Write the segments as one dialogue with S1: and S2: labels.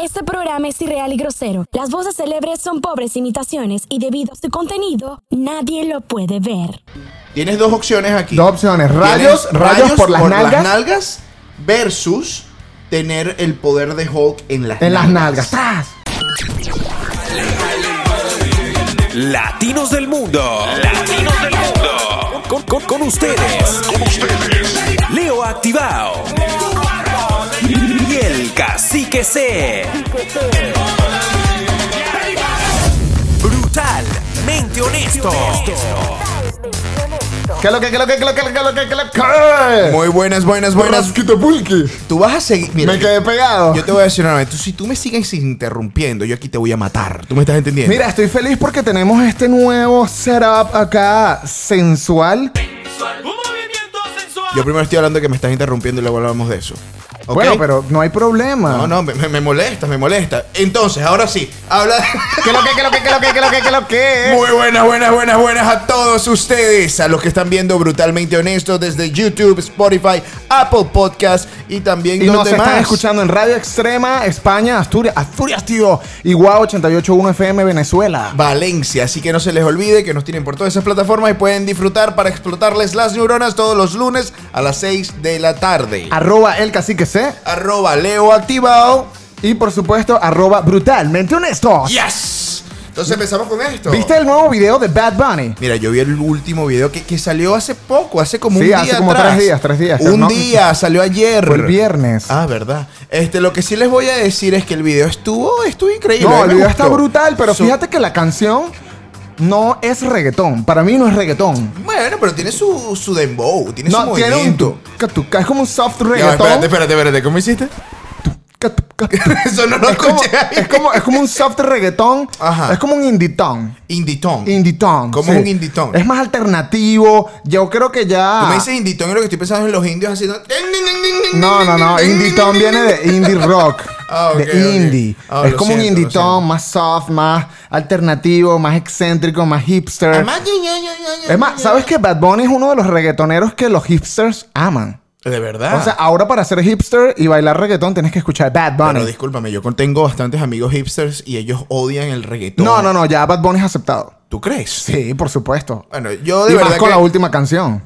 S1: Este programa es irreal y grosero. Las voces célebres son pobres imitaciones y debido a su contenido, nadie lo puede ver.
S2: Tienes dos opciones aquí.
S3: Dos opciones. Rayos,
S2: Tienes
S3: rayos por las nalgas.
S2: nalgas versus tener el poder de Hulk en las
S3: En las nalgas. ¡Tras!
S4: Latinos del Mundo. Latinos del Mundo. Con, con- con ustedes. Leo Activado. Y el Cacique C. Brutalmente honesto.
S3: ¿Qué es lo que, qué es lo que, qué es lo que, qué es lo que, qué es lo que?
S2: Muy buenas, buenas, buenas.
S3: Rasquito pulqui.
S2: Tú vas a seguir. Mira,
S3: Me quedé pegado.
S2: Yo te voy a decir una vez. Tú, si tú me sigues interrumpiendo, yo aquí te voy a matar. ¿Tú me estás entendiendo?
S3: Mira, estoy feliz porque tenemos este nuevo setup acá sensual.
S2: Yo primero estoy hablando de que me estás interrumpiendo y luego hablamos de eso. ¿Ok?
S3: Bueno, pero no hay problema.
S2: No, no, me, me- me molesta, me molesta. Entonces, ahora sí, habla.
S3: ¿Qué es lo que, qué es lo que, qué es lo que, qué es lo que, qué es lo que?
S2: Muy buenas, buenas, buenas, buenas a todos ustedes, a los que están viendo Brutalmente Honesto desde YouTube, Spotify, Apple Podcast y también
S3: Y
S2: los
S3: nos
S2: demás.
S3: están escuchando en Radio Extrema, España, Asturias, Asturias, tío. Y Guau 88.1 FM, Venezuela.
S2: Valencia, así que no se les olvide que nos tienen por todas esas plataformas y pueden disfrutar para explotarles las neuronas todos los lunes a las 6 de la tarde.
S3: Arroba el cacique C.
S2: Arroba Leo Activado.
S3: Y por supuesto, arroba brutalmente honesto.
S2: Yes. Entonces empezamos con esto.
S3: ¿Viste el nuevo video de Bad Bunny?
S2: Mira, yo vi el último video que, que salió hace poco, hace como
S3: Sí,
S2: un día.
S3: hace como
S2: atrás.
S3: tres días, tres días,
S2: Un
S3: ¿no?
S2: día, salió ayer.
S3: Fue el viernes.
S2: Ah, verdad. Este, lo que sí les voy a decir es que el video estuvo, estuvo increíble. A
S3: No,
S2: mí
S3: el
S2: me
S3: video
S2: gustó.
S3: está brutal, pero
S2: Su-
S3: fíjate que la canción no es reggaetón. Para mí no es reggaetón.
S2: Bueno, pero tiene su, su dembow, tiene su
S3: No, tiene un
S2: movimiento.
S3: tuca, tuca, es como un soft
S2: Ya,
S3: reggaetón.
S2: espérate, espérate, espérate, ¿cómo hiciste?
S3: Tuca, tuca, tuca.
S2: Eso no lo
S3: es, como,
S2: escuché. ahí.
S3: es, como, es como un soft reggaetón.
S2: Ajá.
S3: Es como un indie tone.
S2: Inditón.
S3: Indie tone.
S2: ¿Cómo es un indie tone?
S3: Es más alternativo. Yo creo que ya.
S2: Tú me dices inditón y lo que estoy pensando es los indios haciendo.
S3: No, no, no. Indie Tom viene de indie rock.
S2: Ah, ok, ok.
S3: de indie.
S2: Ah,
S3: es
S2: lo
S3: como un
S2: siento,
S3: indie
S2: lo siento.
S3: Tom más soft, más alternativo, más excéntrico, más hipster.
S2: Además, ya, ya, ya, ya, ya,
S3: es más,
S2: ya.
S3: ¿sabes que Bad Bunny es uno de los reggaetoneros que los hipsters aman?
S2: De verdad.
S3: O sea, ahora para ser hipster y bailar reggaetón tienes que escuchar Bad
S2: Pero
S3: Bunny.
S2: discúlpame, yo tengo bastantes amigos hipsters y ellos odian el reggaetón.
S3: No, no, no, ya Bad Bunny es aceptado.
S2: ¿Tú crees?
S3: Sí, por supuesto.
S2: Bueno, yo de
S3: y
S2: verdad.
S3: más con
S2: que-
S3: la última canción.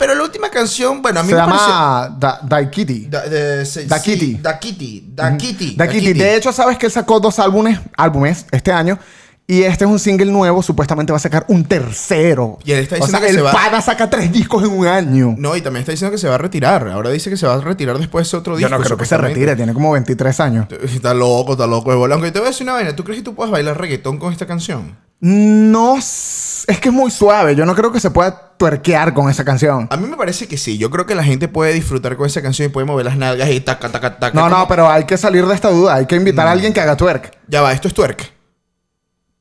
S2: Pero la última canción, bueno, a mí
S3: Se
S2: me pareció.
S3: llama Da- Die Kitty.
S2: Da, de- se-
S3: Da
S2: sí,
S3: Kitty.
S2: Da Kitty. Da Kitty.
S3: Da Kitty. De hecho, sabes que él sacó dos álbumes, álbumes este año. Y este es un single nuevo, supuestamente va a sacar un tercero.
S2: Y él está
S3: o
S2: diciendo
S3: sea,
S2: que
S3: el
S2: se va-
S3: pana saca tres discos en un año.
S2: No, y también está diciendo que se va a retirar. Ahora dice que se va a retirar después de otro
S3: Yo
S2: disco.
S3: no creo que se
S2: supuestamente.
S3: retire, tiene como 23 años.
S2: Está loco, está loco de bola. Aunque te voy a decir una vaina, ¿tú crees que tú puedes bailar reggaetón con esta canción?
S3: No, s- es que es muy suave. Yo no creo que se pueda tuerquear con esa canción.
S2: A mí me parece que sí. Yo creo que la gente puede disfrutar con esa canción y puede mover las nalgas y taca, taca, taca.
S3: No, no,
S2: Como- Mm.
S3: pero hay que salir de esta duda. Hay que invitar a alguien que haga twerk.
S2: Ya va, esto es twerk.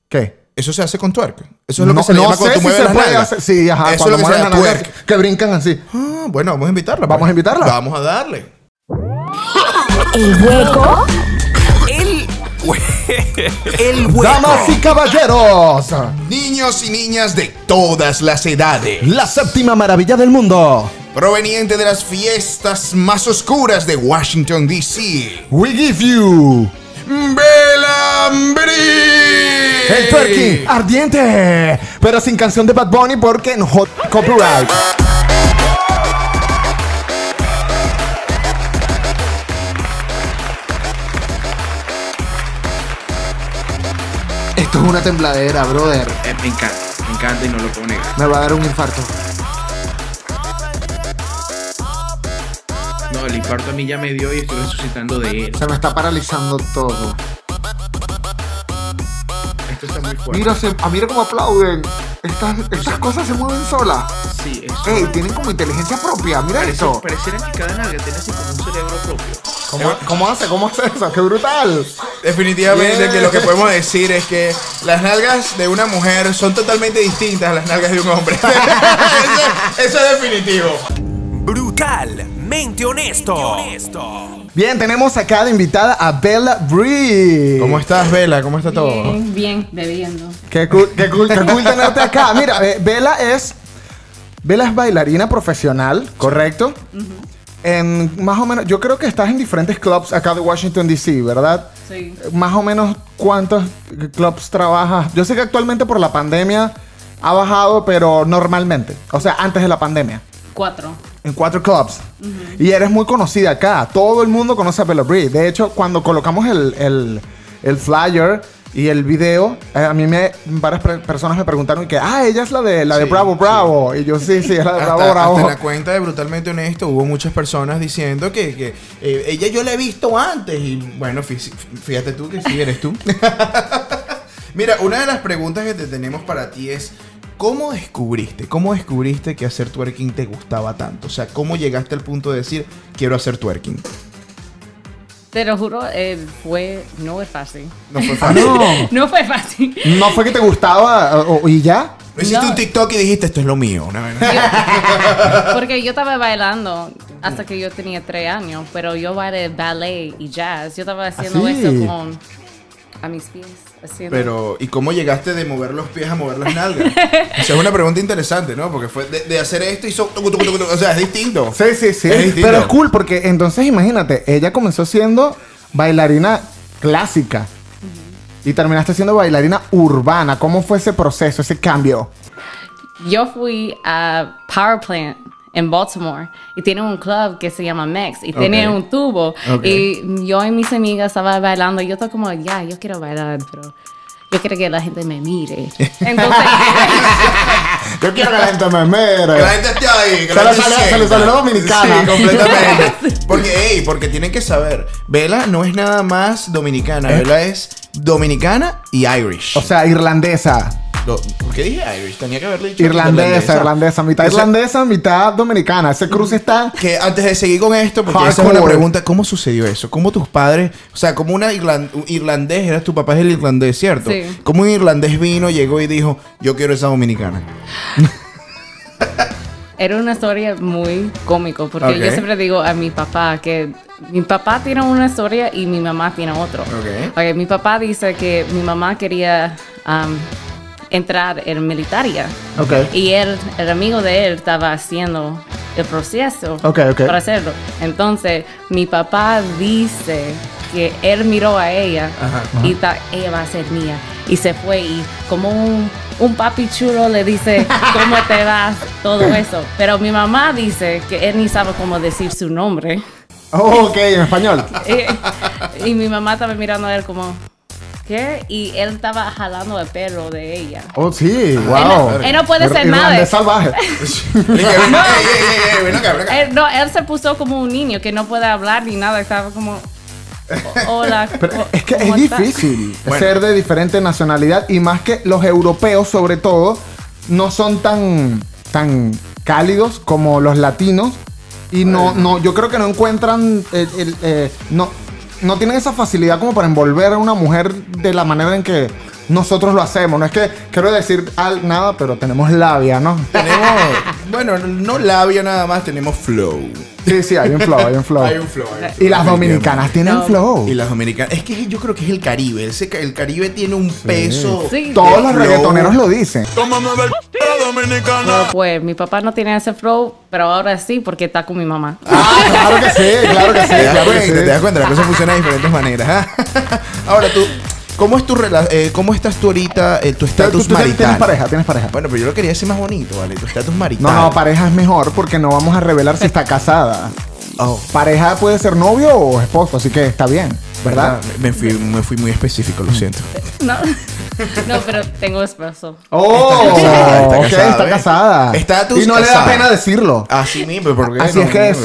S3: ¿Qué?
S2: Eso se hace con twerk. Eso es lo
S3: no,
S2: que se le
S3: no
S2: llama cuando tú
S3: sé si
S2: mueves
S3: se
S2: las
S3: puede
S2: nalgas.
S3: hacer- Sí,
S2: Eso
S3: ajá.
S2: es lo
S3: cuando
S2: que se
S3: mueven
S2: llama
S3: las nalgas,
S2: twerk.
S3: que brincan así.
S2: Ah, bueno, vamos a invitarla.
S3: Vamos a invitarla.
S2: Vamos a darle.
S1: El hueco
S4: El, hue- el hueco.
S3: Damas y caballeros,
S2: Niños y niñas de todas las edades.
S3: la séptima maravilla del mundo.
S2: Proveniente de las fiestas más oscuras de Washington, D.C.
S3: We give you
S2: ¡Belambrí!
S3: el twerking ardiente, pero sin canción de Bad Bunny porque no jod- copyright. Esto es una tembladera, brother.
S5: Eh, me encanta, me encanta y no lo puedo negar.
S3: Me va a dar un infarto.
S5: No, el infarto a mí ya me dio y estoy resucitando de él.
S3: Se me está paralizando todo.
S5: Esto está muy fuerte.
S3: Mira, se- ah, mira cómo aplauden. Estas, estas cosas se mueven solas.
S5: Sí, eso.
S3: Ey, tienen como inteligencia propia. Mira
S5: Parece-
S3: eso.
S5: Pareciera que cada nalga tiene así como un cerebro propio.
S3: ¿Cómo, cómo hace? ¿Cómo hace eso? ¡Qué brutal!
S2: Definitivamente
S3: Yeah.
S2: que lo que podemos decir es que las nalgas de una mujer son totalmente distintas a las nalgas de un hombre. eso, eso es definitivo.
S4: Brutalmente honesto.
S3: Bien, tenemos acá de invitada a Bella Bree.
S2: ¿Cómo estás, Vela? ¿Cómo está todo?
S6: Bien, bien, bebiendo.
S3: Qué cool, qué cool, qué cool tenerte acá. Mira, eh, Bella es. Bella es bailarina profesional, ¿correcto? En más o menos, yo creo que estás en diferentes clubs acá de Washington DC, ¿verdad?
S6: Sí.
S3: más o menos cuántos clubs trabajas. Yo sé que actualmente por la pandemia ha bajado, pero normalmente. O sea, antes de la pandemia.
S6: Cuatro.
S3: En cuatro clubs. Y eres muy conocida acá. Todo el mundo conoce a Bella Brie. De hecho, cuando colocamos el, el- el flyer y el video, eh, a mí me, varias pre- personas me preguntaron que, ah, ella es la de la de
S2: Sí,
S3: Bravo Bravo. Y yo, sí, sí, es la de
S2: Hasta,
S3: Bravo
S2: hasta
S3: Bravo.
S2: la cuenta de Brutalmente Honesto hubo muchas personas diciendo que, que, eh, ella yo la he visto antes. Y bueno, fí- fíjate tú que sí eres tú. Mira, una de las preguntas que te tenemos para ti es: ¿cómo descubriste? ¿Cómo descubriste que hacer twerking te gustaba tanto? O sea, ¿cómo llegaste al punto de decir quiero hacer twerking?
S6: Te lo juro, eh, fue, no fue fácil.
S2: No fue
S3: Ah,
S2: fácil.
S3: no.
S6: No fue fácil.
S3: no fue que te gustaba o- y ya.
S2: Hiciste
S6: No.
S2: un TikTok y dijiste esto es lo mío. una vez.
S6: Porque yo estaba bailando hasta que yo tenía tres años, pero yo bailé ballet y jazz. Yo estaba haciendo
S3: sí.
S6: eso con a mis pies. Haciendo.
S2: Pero, ¿y cómo llegaste de mover los pies a mover las nalgas? Esa es una pregunta interesante, ¿no? Porque fue de, de hacer esto y hizo... tucu, tucu, tucu, tucu. O sea, es distinto.
S3: Sí, sí, sí.
S2: Es distinto.
S3: Pero es cool porque entonces imagínate, ella comenzó siendo bailarina clásica y terminaste siendo bailarina urbana. ¿Cómo fue ese proceso, ese cambio?
S6: Yo fui a Power Plant en Baltimore y tiene un club que se llama Mex y tiene
S2: Ok.
S6: un tubo
S2: Ok.
S6: y yo y mis amigas estaba bailando y yo estaba como ya yo quiero bailar pero yo quiero que la gente me mire entonces
S3: Yo quiero que la gente me
S2: Que la
S3: mire.
S2: gente esté ahí. que
S3: Se
S2: la gente
S3: le Eh, sale- se
S2: sienta.
S3: le salió la dominicana.
S2: Sí, completamente. Porque, hey, porque tienen que saber. Vela no es nada más
S3: Eh.
S2: dominicana. Vela es dominicana y Irish.
S3: O sea, irlandesa.
S2: Do- ¿Por qué dije Irish? Tenía que haberle dicho
S3: Irlandesa, irlandesa, mitad
S2: O sea,
S3: irlandesa, mitad dominicana. Ese cruce está.
S2: que antes de seguir con esto, porque esa es
S3: Hardcore.
S2: una pregunta, ¿cómo sucedió eso? ¿Cómo tus padres, o sea, como una irlan- irlandés, eras tu papá es el irlandés, ¿cierto?
S6: Sí.
S2: Como un irlandés vino, llegó y dijo, yo quiero esa dominicana.
S6: Era una historia muy cómico porque
S2: Ok.
S6: yo siempre digo a mi papá que mi papá tiene una historia y mi mamá tiene otro.
S2: Ok.
S6: Ok, mi papá dice que mi mamá quería am, entrar en militaria
S3: Ok.
S6: y él, el amigo de él estaba haciendo el proceso
S3: Ok, ok.
S6: para hacerlo. Entonces mi papá dice que él miró a ella y ta- ella va a ser mía. Y se fue y como un, un papi chulo le dice cómo te vas, todo eso. Pero mi mamá dice que él ni sabe cómo decir su nombre.
S3: Ok, en español.
S6: Eh, y mi mamá estaba mirando a él como, ¿qué? Y él estaba jalando el pelo de ella.
S3: Oh, sí,
S6: Él no-
S3: wow.
S6: él Eh, no puede
S3: Ir-
S6: ser nada.
S3: irlandés salvaje.
S2: Y que, "Ey, ey, ey, ey, ven acá, ven acá".
S6: Él- no, él se puso como un niño que no puede hablar ni nada. Estaba como, "O- hola.
S3: Pero
S6: co-
S3: es que es
S6: ¿cómo estás?"
S3: difícil
S2: Bueno.
S3: ser de diferente nacionalidad y más que los europeos sobre todo no son tan tan cálidos como los latinos y no no yo creo que no encuentran eh, el, eh, no no tienen esa facilidad como para envolver a una mujer de la manera en que nosotros lo hacemos no es que quiero decir al- nada pero tenemos labia no
S2: Tenemos, bueno, no labia nada más, tenemos flow.
S3: sí sí hay un flow hay un flow
S2: Hay un flow. hay un flow,
S3: y las dominicanas tienen
S6: No.
S3: flow
S2: Y las dominicanas. Es que yo creo que es el Caribe. ese ca- el Caribe tiene un peso.
S6: Sí.
S3: todos los
S2: Flow.
S3: reggaetoneros lo dicen
S6: Pero, pues mi papá no tenía ese flow, pero ahora sí porque está con mi mamá.
S3: Ah, claro que sí, claro que sí,
S2: ¿Te das
S3: claro que
S2: cuenta? Te das
S3: sí.
S2: cuenta, la cosa funciona de diferentes maneras. ¿ah? Ahora tú, ¿cómo es tu rela- eh, ¿Cómo estás tú ahorita? eh, tu
S3: Tú- tú-
S2: estatus
S3: tú tienes- tienes
S2: marital.
S3: pareja, tienes pareja.
S2: Bueno, pero yo lo quería decir más bonito, ¿vale? Tu estatus marital.
S3: No, no, pareja es mejor porque no vamos a revelar si está casada.
S2: Oh,
S3: Pareja puede ser novio o esposo, así que está bien, ¿verdad?
S2: ¿verdad? Ah, Me fui, me fui muy específico, lo siento.
S6: No, no pero tengo esposo.
S2: Está
S3: Oh,
S2: casada, está
S3: ok,
S2: casada,
S3: está
S2: ¿eh?
S3: casada.
S2: Estatus
S3: Y no le da
S2: casada.
S3: pena decirlo.
S2: Así mismo, porque
S3: Así es que es.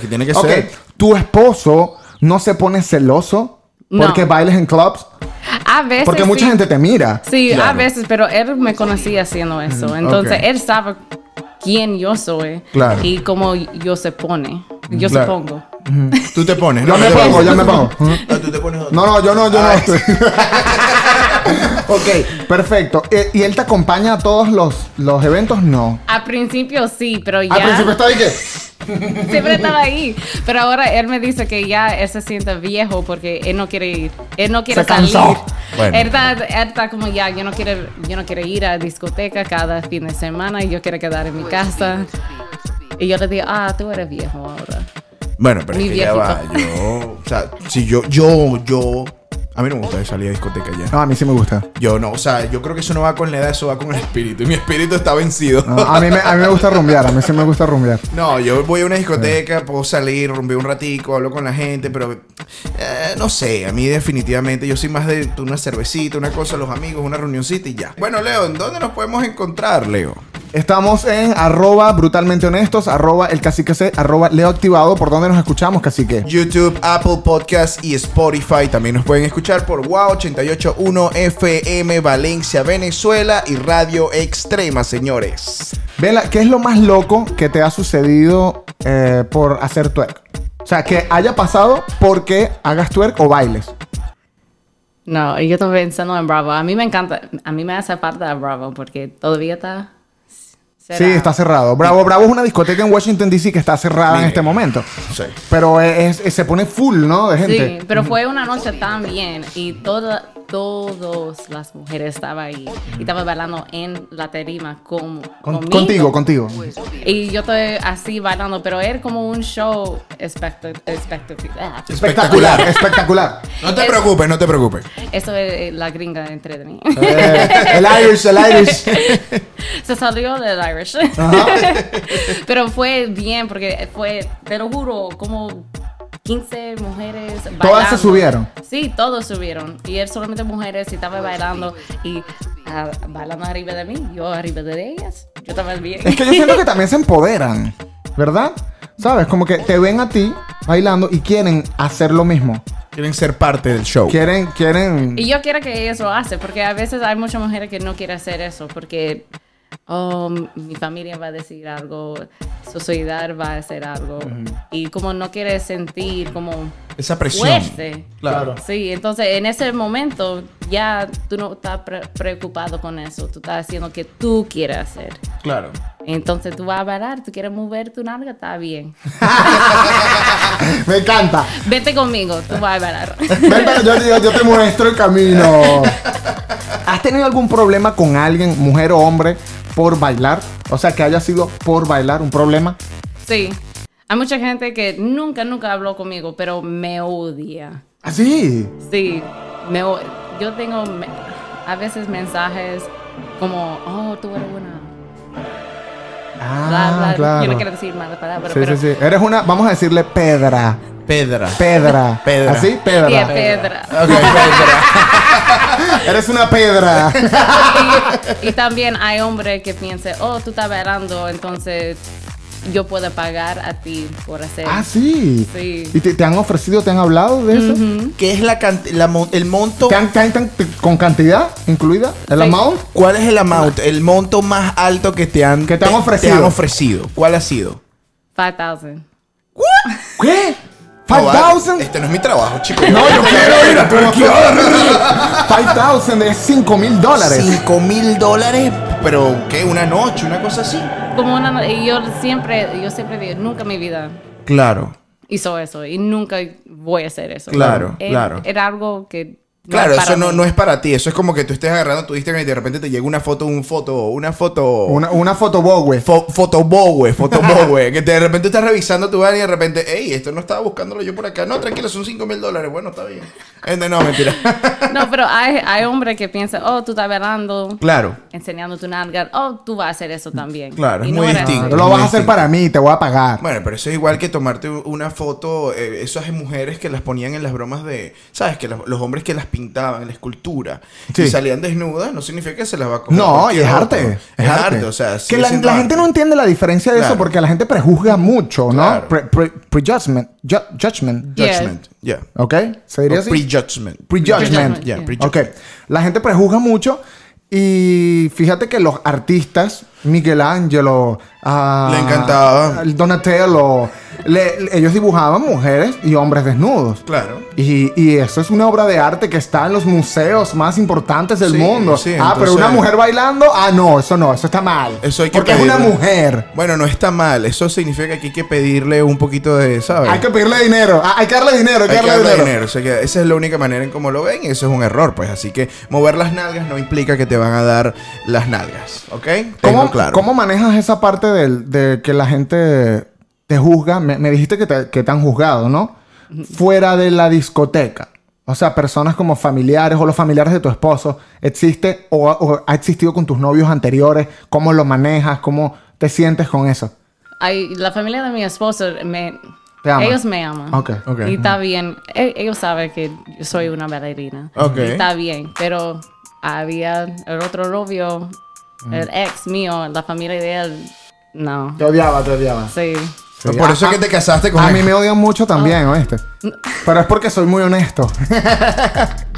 S2: que tiene que
S3: Ok,
S2: ser.
S3: tu esposo no se pone celoso
S6: No.
S3: porque bailes en clubs,
S6: A veces
S3: porque mucha
S6: sí.
S3: gente te mira.
S6: Sí, a
S2: Claro.
S6: veces, pero él me conocía haciendo eso. Entonces,
S2: ok.
S6: él sabe quién yo soy
S2: Claro.
S6: y cómo yo se pone. Yo
S2: Claro.
S6: se pongo.
S2: Tú te pones.
S3: Yo
S2: no,
S3: me
S2: te
S3: pongo,
S2: pones.
S3: yo me pongo.
S2: Ah, tú te pones otro.
S3: No, no, yo no, yo
S2: Ah,
S3: no. ok, perfecto. Eh, ¿Y él te acompaña a todos los, los eventos? No.
S6: Al principio sí, pero ya
S3: Al principio estaba ahí que.
S6: siempre estaba ahí. Pero ahora él me dice que ya él se siente viejo porque él no quiere ir. Él no quiere
S3: Se cansó.
S6: salir.
S2: Bueno.
S6: Él, está, él está como ya, yo no quiero, yo no quiero ir a discoteca cada fin de semana y yo quiero quedar en mi casa. Y yo le digo, ah, tú eres viejo ahora.
S2: Bueno, pero es
S6: Muy
S2: que ya va,
S6: viejito.
S2: yo, o sea, si yo, yo, yo A mí no me gusta salir a discoteca ya.
S3: No, a mí sí me gusta.
S2: Yo no, o sea, yo creo que eso no va con la edad, eso va con el espíritu. Y mi espíritu está vencido.
S3: No, a, mí me, a mí me gusta rumbear, a mí sí me gusta rumbear.
S2: No, yo voy a una discoteca, puedo salir, romper un ratico, hablo con la gente, pero eh, no sé, a mí definitivamente yo soy más de una cervecita, una cosa, los amigos, una reunioncita y ya. Bueno, Leo, ¿en dónde nos podemos encontrar, Leo?
S3: Estamos en arroba brutalmente honestos, arroba el cacique C, arroba leo activado. ¿Por dónde nos escuchamos, cacique?
S2: YouTube, Apple Podcast y Spotify. También nos pueden escuchar por wow 881 FM Valencia, Venezuela y Radio Extrema, señores.
S3: Vela, ¿qué es lo más loco que te ha sucedido eh, por hacer twerk? O sea, que haya pasado porque hagas twerk o bailes.
S6: No, yo estoy pensando en Bravo. A mí me encanta, a mí me hace falta Bravo porque todavía está. será-
S3: Sí, está cerrado. Bravo, Bravo es una discoteca en Washington DC que está cerrada en
S2: Mire.
S3: este momento.
S2: Sí.
S3: Pero es- es- se pone full, ¿no? De gente.
S6: Sí, pero fue una noche tan bien y toda, todas las mujeres estaban ahí y estaban bailando en la terima
S3: Con-
S6: con, conmigo. pues.
S3: contigo, contigo.
S6: Y yo estoy así bailando, pero era como un show espectac- espectacular.
S3: Espectacular, espectacular.
S2: No te
S6: Es-
S2: preocupes, no te preocupes.
S6: Eso es la gringa entre de mí.
S3: Eh, el Irish, el Irish.
S6: Se salió del Irish. Pero fue bien porque fue, te lo juro, como 15 mujeres bailando.
S3: Todas se subieron.
S6: Sí, todos subieron. Y él solamente mujeres y estaba bailando y ah, bailando arriba de mí, yo arriba de ellas. Yo estaba bien.
S3: Es que yo siento que también se empoderan, ¿verdad? ¿Sabes? Como que te ven a ti bailando y quieren hacer lo mismo.
S2: Quieren ser parte del show.
S3: Quieren, quieren.
S6: Y yo quiero que ellos lo hacen, porque a veces hay muchas mujeres que no quieren hacer eso, porque oh, mi familia va a decir algo, sociedad va a hacer algo, y como no quiere sentir como
S2: Esa presión.
S6: fuerte.
S2: Claro.
S6: Sí, entonces en ese momento ya tú no estás pre- preocupado con eso, tú estás haciendo lo que tú quieres hacer.
S2: Claro.
S6: Entonces tú vas a bailar, tú quieres mover tu nalga, está bien.
S3: Me encanta.
S6: Vete conmigo, tú vas a bailar.
S3: Ven, pero yo, yo- yo te muestro el camino. ¿Has tenido algún problema con alguien, mujer o hombre, por bailar? O sea, que haya sido por bailar un problema.
S6: Sí. Hay mucha gente que nunca, nunca habló conmigo, pero me odia.
S3: Así.
S6: Sí, me, o- yo tengo me- a veces mensajes como, oh, tú eres una...
S3: Ah,
S6: Bla, bla.
S3: claro.
S6: Yo no quiero decir malas palabras,
S3: sí,
S6: pero...
S3: sí, sí. Eres una, vamos a decirle pedra.
S2: Pedra.
S3: Pedra.
S2: Pedra.
S3: ¿Así?
S6: Tía
S3: Pedra.
S6: Pedra.
S2: Ok, Pedra.
S3: Eres una pedra.
S6: Y, y también hay hombres que piensan, oh, tú estás bailando, entonces yo puedo pagar a ti por hacer...
S3: Ah, sí.
S6: Sí.
S3: ¿Y te, te han ofrecido, te han hablado de eso?
S2: ¿Qué es la, cant- la mon- el monto?
S3: ¿Te han- te han- te han- te- ¿Con cantidad incluida? ¿El
S6: Sí.
S3: amount?
S2: ¿Cuál es el amount, el monto más alto que te han,
S3: Que te han ofrecido.
S2: han ofrecido? ¿Cuál ha sido?
S6: 5,000.
S3: ¿Qué?
S2: No, vale.
S3: ¿5000?
S2: Este no es mi trabajo, chicos.
S3: No, yo quiero ir a Turquía. 5000 es 5000 dólares.
S2: 5 mil dólares, pero ¿qué? Una noche, una cosa así.
S6: Como una... Y yo siempre, yo siempre digo, nunca en mi vida
S2: Claro.
S6: hizo eso y nunca voy a hacer eso.
S2: Claro,
S6: Era-
S2: claro.
S6: Era algo que... no
S2: Claro,
S6: es para
S2: eso no,
S6: mí.
S2: no es para ti. Eso es como que tú estés agarrando tu Instagram y de repente te llega una foto, un foto, una foto.
S3: Una, una foto Bowie.
S2: fo- foto bowe, foto bowe. que de repente estás revisando tu van y de repente, hey, esto no estaba buscándolo yo por acá. No, tranquilo, son 5 mil dólares. Bueno, está bien. Ente, No, mentira.
S6: No, pero hay, hay hombres que piensan, oh, tú estás bailando,
S2: claro.
S6: enseñando tu nalga, oh, tú vas a hacer eso también.
S2: Claro, es
S6: Y no
S2: muy
S6: era-
S2: distinto.
S3: Lo vas a hacer
S2: Sí.
S3: para mí, te voy a pagar.
S2: Bueno, pero eso es igual que tomarte u- una foto, eh, esas mujeres que las ponían en las bromas de, ¿sabes? Que los, los hombres que las pintaban, la escultura,
S3: Sí.
S2: y salían desnudas, no significa que se las va a comer.
S3: No, y
S2: cualquier
S3: es
S2: otro.
S3: arte.
S2: Es arte, o sea.
S3: que
S2: sigue
S3: la,
S2: siendo
S3: la gente
S2: arte.
S3: no entiende la diferencia de eso
S2: Claro.
S3: porque la gente prejuzga mucho, ¿no?
S2: Claro.
S3: Pre- pre- Prejudgment. ju- judgment.
S6: Yeah.
S2: Judgment, yeah.
S3: ¿Ok? ¿Se diría
S2: O
S3: así?
S2: Prejudgment.
S3: Prejudgment.
S6: Prejudgment,
S2: Yeah,
S6: yeah.
S2: prejudgment.
S3: Ok, la gente prejuzga mucho y fíjate que los artistas, Michelangelo, ah,
S2: Le encantaba.
S3: Donatello, le- le- ellos dibujaban mujeres y hombres desnudos.
S2: Claro.
S3: Y, y eso es una obra de arte que está en los museos más importantes del
S2: Sí,
S3: mundo.
S2: sí,
S3: ah, pero
S2: entonces-
S3: una mujer bailando, ah, no, eso no, eso está mal.
S2: Eso hay que
S3: Porque es una
S2: pedirle.
S3: mujer.
S2: Bueno, no está mal. Eso significa que aquí hay que pedirle un poquito de, ¿sabes?
S3: Hay que pedirle dinero, ah, hay que darle dinero, hay que
S2: Hay que
S3: darle
S2: darle
S3: dinero.
S2: dinero. O sea, que esa es la única manera en cómo lo ven y eso es un error, pues. Así que mover las nalgas no implica que te van a dar las nalgas, ¿ok?
S3: ¿Cómo,
S2: Tenlo claro.
S3: cómo manejas esa parte del- de que la gente te juzga? Me, me dijiste que te, que te han juzgado, ¿no? Fuera de la discoteca. O O sea, personas como familiares o los familiares de tu esposo, ¿existe o, o ha existido con tus novios anteriores? ¿Cómo lo manejas? ¿Cómo te sientes con eso?
S6: Ay, la familia de mi esposo me...
S3: Te ama.
S6: Ellos me aman.
S3: Ok.
S2: Ok.
S6: Y está bien. E- ellos saben que yo soy una bailarina.
S2: Ok.
S6: Y está bien. Pero había el otro novio, el
S2: Mm.
S6: ex mío, la familia de él. No.
S3: Te odiaba, te odiaba.
S6: Sí.
S2: Por eso es que te casaste con
S3: A
S2: él.
S3: mí me odian mucho también, ¿oíste? Pero es porque soy muy honesto.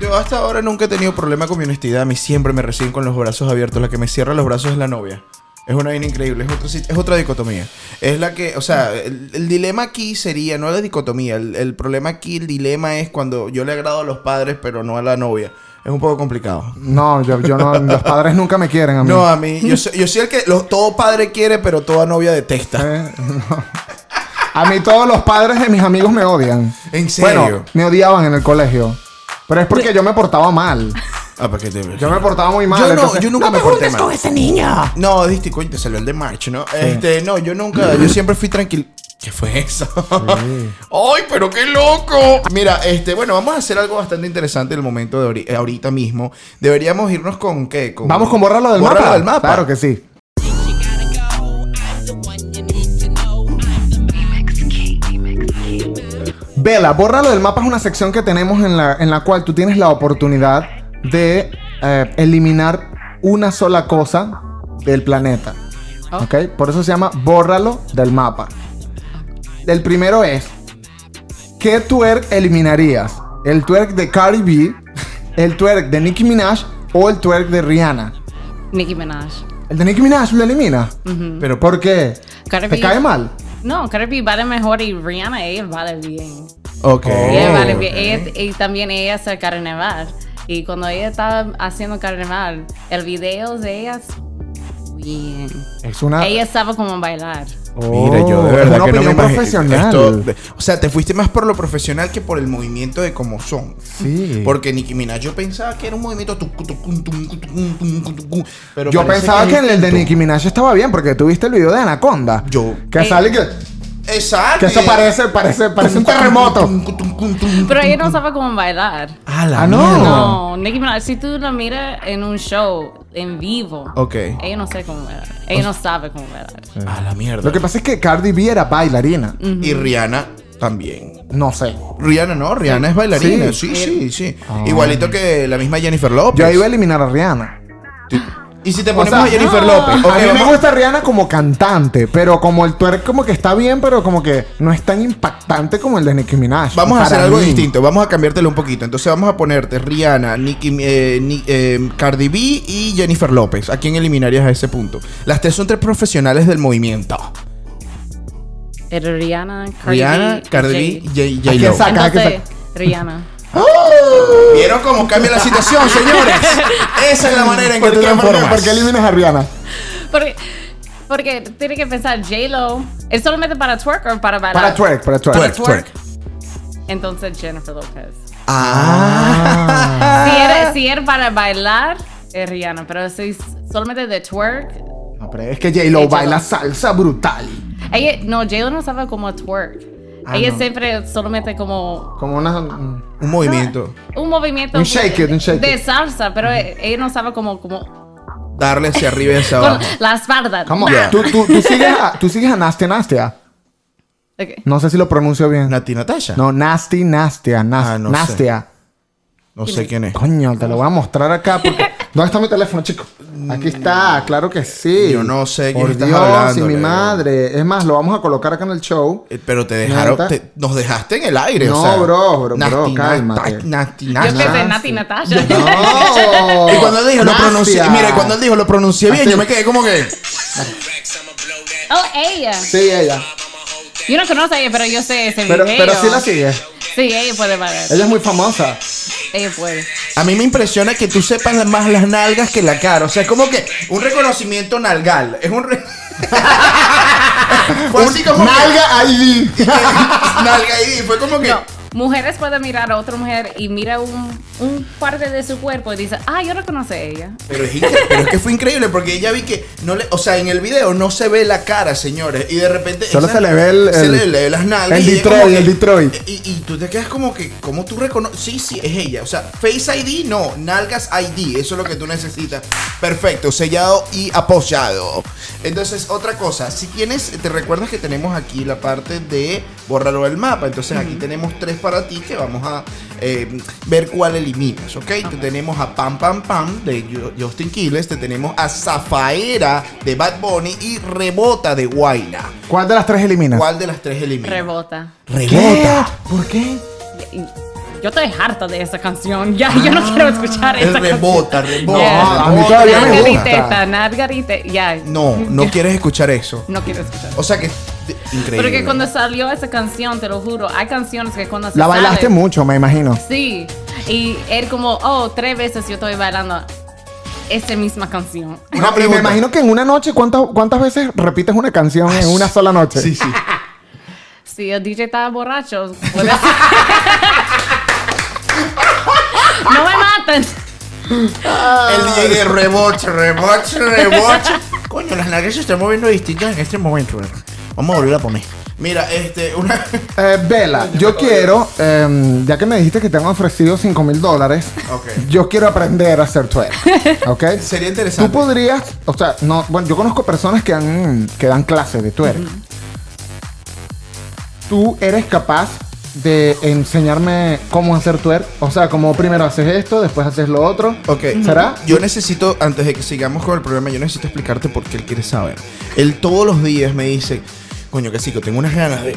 S2: Yo hasta ahora nunca he tenido problema con mi honestidad. A mí siempre me reciben con los brazos abiertos. La que me cierra los brazos es la novia. Es una vaina increíble. Es, otro sit- es otra dicotomía. Es la que, o sea, el, el dilema aquí sería, no la dicotomía. El, el problema aquí, el dilema es cuando yo le agrado a los padres, pero no a la novia. Es un poco complicado.
S3: No, yo, yo no, los padres nunca me quieren a mí.
S2: No, a mí, yo soy, yo soy el que lo- todo padre quiere, pero toda novia detesta.
S3: Eh, no. A mí todos los padres de mis amigos me odian.
S2: ¿En serio?
S3: Bueno, me odiaban en el colegio. Pero es porque yo me portaba mal.
S2: Ah, ¿para qué te-
S3: Yo me portaba muy mal.
S2: Yo no,
S3: entonces-
S2: yo nunca
S3: ¡No
S2: me porté mal.
S3: ese niño!
S2: No, diste cuenta, salió el de March, ¿no? Este, no, yo nunca, yo siempre fui tranquilo. ¿Qué fue eso? ¡Ay, pero qué loco! Mira, este, bueno, vamos a hacer algo bastante interesante en el momento de ahori- eh, ahorita mismo. Deberíamos irnos con qué? Con-
S3: Vamos con borrarlo del
S2: Borrarlo
S3: mapa.
S2: del mapa.
S3: Claro que sí. Vela, Bórralo del mapa es una sección que tenemos en la, en la cual tú tienes la oportunidad de eh, eliminar una sola cosa del planeta.
S6: Oh.
S3: ¿Ok? Por eso se llama Bórralo del mapa. El primero es, ¿qué twerk eliminarías? ¿El twerk de Cardi B, el twerk de Nicki Minaj o el twerk de Rihanna?
S6: Nicki Minaj.
S3: El de Nicki Minaj lo elimina.
S2: Pero por
S3: ¿Por qué?
S6: Cardi
S3: ¿Te
S6: B-
S3: cae mal?
S6: No, Cardi B vale mejor y Rihanna, ella vale bien.
S2: Ok.
S6: Ella vale
S2: Ok.
S6: bien. eh, Ella- y también ella hace carnaval. Y cuando ella estaba haciendo carnaval, el video de ellas, bien.
S3: Es
S7: Ah.
S3: una...
S6: Ella sabe cómo bailar.
S2: Mira, yo de
S3: Oh,
S2: verdad
S3: es una
S2: que no me
S3: opinión
S2: imagino.
S3: profesional.
S2: esto- o sea, te fuiste más por lo profesional que por el movimiento de cómo son.
S3: Sí.
S2: Porque Nicki Minaj yo pensaba que era un movimiento tucu, tucu, tucu, tucu, tucu, tucu, pero
S3: Yo
S2: parece
S3: pensaba Ah, que
S2: es
S3: en el de
S2: distinto.
S3: Nicki Minaj estaba bien porque tuviste el video de Anaconda.
S2: Yo.
S3: Que
S6: Eh.
S3: sale que,
S2: Exacto.
S3: que eso parece, parece, parece un terremoto.
S6: Pero ella no sabe cómo bailar.
S2: Ah,
S3: Ah, no.
S7: Oh.
S2: mierda.
S6: No, Nicki Minaj, si tú la miras en un show, en vivo,
S2: Ok.
S6: ella no sabe cómo bailar. Ella no sabe cómo bailar.
S2: A la mierda.
S3: Lo que pasa es que Cardi B era bailarina.
S2: Y Rihanna también.
S3: No sé.
S2: Rihanna no, Rihanna es bailarina. Sí, sí, sí. Igualito que la misma Jennifer López.
S3: Yo iba a eliminar a Rihanna.
S2: Y si te
S3: O
S2: Pues. ponemos
S3: sea,
S2: a Jennifer
S6: no.
S2: López. ok,
S3: a mí me
S2: vamos-
S3: gusta Rihanna como cantante, pero como el twerk como que está bien, pero como que no es tan impactante como el de Nicki Minaj.
S2: Vamos a
S3: Para
S2: hacer algo
S3: mí.
S2: distinto, vamos a cambiártelo un poquito. Entonces vamos a ponerte Rihanna, Nicki, eh, Ni- eh, Cardi B y Jennifer López. ¿A quién eliminarías a ese punto? Las tres son tres profesionales del movimiento.
S6: Era Rihanna, Cardi
S2: Rihanna,
S6: B,
S2: Cardi B
S6: Jay.
S2: y
S3: ¿A quién
S2: J-Lo.
S3: saca? Cada que
S6: Entonces, Rihanna.
S2: ¿Vieron cómo cambia la situación, señores? Esa es la manera en que
S3: ¿Por
S2: te
S3: qué, por, qué-
S2: transformas.
S3: por qué eliminas a Rihanna?
S6: Porque, porque tiene que pensar, J-Lo, ¿es solamente para twerk o para bailar?
S3: Para twerk, para twerk.
S2: Twerk, twerk.
S6: Entonces Jennifer Lopez.
S2: Ah.
S6: Si era, si era para bailar, es Rihanna, pero si es solamente de twerk,
S3: No, pero es que J-Lo
S6: J-Lo.
S3: baila salsa brutal.
S6: ella, no, J-Lo no sabe cómo twerk.
S3: Ah,
S6: ella
S3: no.
S6: siempre solamente como
S3: Como una... mm,
S2: Un movimiento.
S6: un movimiento
S3: Un shake it, un shake
S6: de
S3: it.
S6: salsa, pero e- ella no sabe como, como
S2: Darle hacia arriba y hacia
S6: con
S2: abajo.
S6: la espalda.
S3: Come on.
S2: Yeah.
S3: ¿Tú, tú, tú sigues a, tú sigues a Nasty Nastia.
S6: Ok.
S3: No sé si lo pronuncio bien.
S2: Nati Natasha.
S3: No, Nasty Nastia. Nas-
S2: Ah, no sé.
S3: Nastia.
S2: No sé quién es.
S3: Coño, te lo voy a mostrar acá. Porque... ¿Dónde está mi teléfono, chico? Aquí está, claro que sí.
S2: Yo no sé quién
S3: Por
S2: estás
S3: Dios,
S2: hablando,
S3: y mi
S2: Leo.
S3: madre. Es más, lo vamos a colocar acá en el show.
S2: Eh, Pero te dejaron,
S3: Nata-
S2: te- nos dejaste en el aire.
S3: No,
S2: o sea,
S3: bro, bro,
S2: Nati
S3: bro,
S2: Nata-
S3: cálmate.
S2: Nati
S6: Yo pensé
S2: Natasha.
S6: Nati Natasha.
S3: ¡No!
S2: Y cuando él dijo, lo
S3: Nastia.
S2: pronuncié. Mira, y cuando él dijo, lo pronuncié bien,
S3: Así.
S2: yo me quedé como que.
S6: Oh, ella.
S3: Sí, ella.
S6: Yo no conozco a ella, pero yo sé ese
S3: Pero,
S6: video.
S3: pero sí la sigue.
S6: Sí, ella puede bailar.
S3: Ella es muy famosa.
S6: Ella puede.
S2: A mí me impresiona que tú sepas más las nalgas que la cara. O sea, es como que un reconocimiento nalgal. Es un. re- Fue así como que-
S3: Nalga ID.
S2: nalga ahí. Fue como que.
S6: mujeres pueden mirar a otra mujer y mira un, un parte de su cuerpo y dice, ah, yo reconoce a ella.
S2: Pero es, incre- pero es que fue increíble porque ella vi que no le, o sea, en el video no se ve la cara, señores, y de repente
S7: Solo
S2: esa-
S7: se le ve el-
S2: se
S7: el-
S2: le ve las nalgas
S7: el
S2: y ella como
S7: Detroit, el Detroit.
S2: Y, y tú te quedas como que cómo tú reconoces, sí, sí, es ella, o sea, Face ID no, nalgas ID, eso es lo que tú necesitas. Perfecto, sellado y apoyado. Entonces, otra cosa, si tienes, te recuerdas que tenemos aquí la parte de borrarlo del mapa, entonces aquí tenemos tres para ti que vamos a eh, ver cuál eliminas, ¿ok? Te tenemos a Pam Pam Pam de Ju- Justin Quiles, te tenemos a Zafaera de Bad Bunny y Rebota de Guayna.
S7: ¿Cuál de las tres eliminas?
S2: ¿Cuál de las tres eliminas?
S6: Rebota.
S7: ¿Qué? ¿Por qué?
S6: Y- y- Yo estoy harta de esa canción. Ya, yo no
S7: Ah.
S6: quiero escuchar
S2: El
S6: esa
S2: rebota,
S6: canción.
S2: rebota.
S7: No, a mí todavía me
S6: Narga y
S7: gusta.
S6: teta, narga y te- Ya.
S2: No, no quieres escuchar eso.
S6: No quiero escuchar.
S2: O sea que. de- Increíble.
S6: Porque cuando salió esa canción, te lo juro, hay canciones que cuando se
S7: La bailaste
S6: sale-
S7: mucho, me imagino.
S6: Sí. Y él como, oh, tres veces yo estoy bailando esa misma canción.
S2: Una
S7: Y me
S2: pregunta.
S7: imagino que en una noche, ¿cuántas, cuántas veces repites una canción en una sola noche?
S2: Sí, sí.
S6: Si el DJ está borracho, puede ser. no me maten.
S2: El DJ de reboche, reboche, reboche. Coño, las narices se están moviendo distintas en este momento. ¿verdad? Vamos a volver a poner. Mira, este, una.
S7: Eh, Vela, yo quiero, em, ya que me dijiste que te han ofrecido 5 mil dólares,
S2: Ok.
S7: yo quiero aprender a hacer twerk. ¿Ok?
S2: Sería
S7: Tú
S2: interesante.
S7: podrías, o sea, no, bueno, yo conozco personas que, han, que dan clases de twerk. Tú eres capaz de enseñarme cómo hacer twerk. O sea, como primero haces esto, después haces lo otro.
S2: Ok.
S7: ¿Será?
S2: Yo necesito, antes de que sigamos con el programa, yo necesito explicarte por qué él quiere saber. Él todos los días me dice, coño, que sí, que tengo unas ganas de,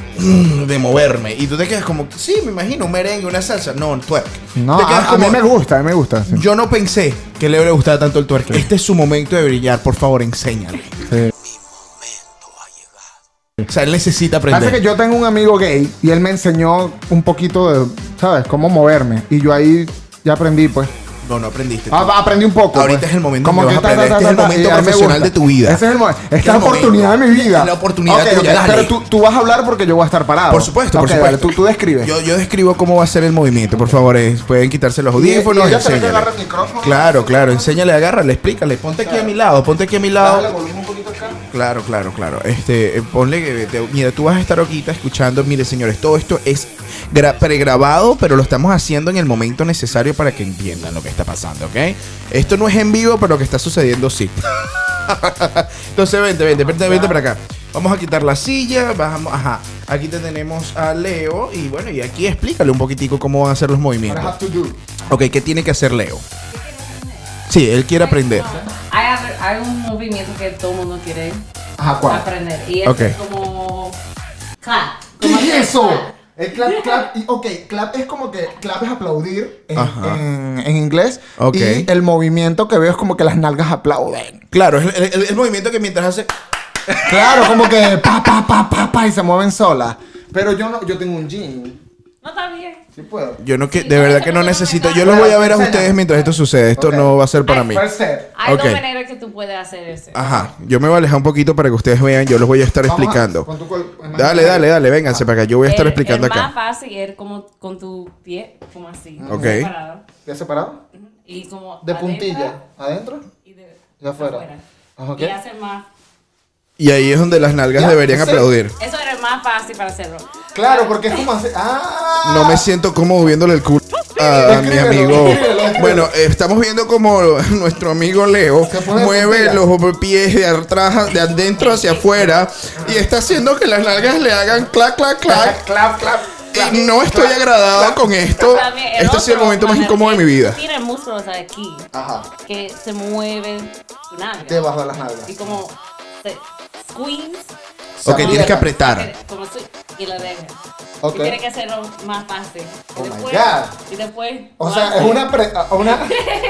S2: de moverme. Y tú te quedas como, sí, me imagino, un merengue, una salsa. No, un twerk.
S7: No,
S2: Te quedas
S7: a, a mí me gusta, a mí me gusta. sí.
S2: Yo no pensé que le gustaba tanto el twerk. Este es su momento de brillar, por favor, enséñale.
S7: Sí.
S2: O sea, él necesita
S7: Pasa que
S2: aprender.
S7: yo tengo un amigo gay y él me enseñó un poquito de, ¿sabes? Cómo moverme. Y yo ahí ya aprendí, pues.
S2: No, no aprendiste.
S7: Ah, va, aprendí un poco.
S2: Ahorita
S7: pues.
S2: es el momento que vas a aprender. Este es el momento
S7: y a mí me
S2: profesional
S7: gusta.
S2: de tu vida.
S7: Ese es el mo- Esta es
S2: el
S7: la
S2: momento.
S7: oportunidad de mi vida.
S2: Es la oportunidad
S7: Ok,
S2: tuya,
S7: ok,
S2: dale.
S7: Pero tú, tú vas a hablar porque yo voy a estar parado.
S2: Por supuesto, por
S7: Ok,
S2: supuesto.
S7: vale, tú, tú describes.
S2: Yo, yo describo cómo va a ser el movimiento, por favor. eh, pueden quitarse los audífonos.
S7: y ella se le
S2: enséñale.
S7: agarra el micrófono.
S2: Claro, claro. Enséñale, agárrale, explícale. Ponte aquí a mi lado, ponte aquí a mi lado.
S7: Bájale el volumen un poquito acá.
S2: Claro, claro, claro. Este, eh, ponle que te- mira, tú vas a estar ahorita escuchando, mire, señores, todo esto es gra- pregrabado, pero lo estamos haciendo en el momento necesario para que entiendan lo que está pasando, ¿ok? Esto no es en vivo, pero lo que está sucediendo sí. Entonces, vente, vente, vente, vente para acá. Vamos a quitar la silla, bajamos, ajá. Aquí te tenemos a Leo y bueno, y aquí explícale un poquitico cómo van a hacer los
S7: What I
S2: movimientos.
S7: have to do.
S2: Ok, ¿qué tiene que hacer Leo? Sí, él quiere aprender.
S6: Hay, hay un movimiento que todo el mundo quiere
S7: Ajá, ¿cuál?
S6: aprender. Y es
S2: Ok.
S6: como clap.
S7: ¿Qué
S6: Como
S7: es
S6: hacer
S7: eso?
S6: clap.
S7: El clap, clap. Y, ok, clap es como que clap es aplaudir en,
S2: Ajá.
S7: en- en inglés.
S2: Ok.
S7: Y el movimiento que veo es como que las nalgas aplauden.
S2: Claro, es el- el- el movimiento que mientras hace...
S7: Claro, como que pa, pa, pa, pa, pa, y se mueven solas. Pero yo no, yo tengo un jean.
S6: No está bien.
S7: Sí puedo.
S2: Yo no que, de verdad que no necesito. Yo los voy a ver a ustedes mientras esto sucede. Esto
S7: Ok.
S2: no va a ser para mí.
S7: First set.
S6: Hay
S2: Ok. Ah,
S6: dos maneras que tú puedes hacer eso.
S2: Ajá. Yo me voy a alejar un poquito para que ustedes vean. Yo los voy a estar
S7: Vamos a-
S2: explicando.
S7: con tu col- imagínate.
S2: Dale, dale, dale. Vénganse para acá. Yo voy a estar
S6: El-
S2: explicando
S6: Eh, el más
S2: acá.
S6: fácil es como con tu pie, como así.
S2: Ok.
S6: separado.
S7: ¿Ya separado?
S6: Y como
S7: De
S6: adentro
S7: puntilla. ¿Adentro?
S6: Y de
S7: Ya afuera.
S6: afuera.
S7: Ah, ok.
S6: Y hacer más.
S2: Y ahí es donde las nalgas
S7: Ya,
S2: deberían
S7: sí.
S2: aplaudir.
S6: Eso era el más fácil para hacerlo.
S7: Claro, porque es como hacer. ¡Ah!
S2: No me siento cómodo viéndole el culo a mi
S7: Escríbelo,
S2: amigo.
S7: escríbelo.
S2: Bueno, eh, estamos viendo como nuestro amigo Leo
S7: Se pone
S2: mueve
S7: puntilla.
S2: los pies de atrás, de adentro hacia afuera y está haciendo que las nalgas le hagan clac, clac, clac.
S7: Clap, clap. clap.
S2: Y no estoy agradado con esto.
S6: También el
S2: Este ha sido el
S6: otro
S2: momento más
S6: manera
S2: incómodo de
S6: que
S2: mi vida.
S6: Tiene músculos aquí
S7: Ajá.
S6: que se mueven tu nalga.
S7: Debajo de las nalgas.
S6: Y como se squeeze,
S2: Ok, tienes que
S7: Aprieta.
S2: apretar.
S6: como así, y la dejas.
S7: Ok.
S6: Y tienes que hacerlo más fácil. Y
S7: Oh my
S6: después,
S7: God.
S6: Y después.
S7: O
S6: lo
S7: sea, es
S6: haces.
S7: una, apre- una,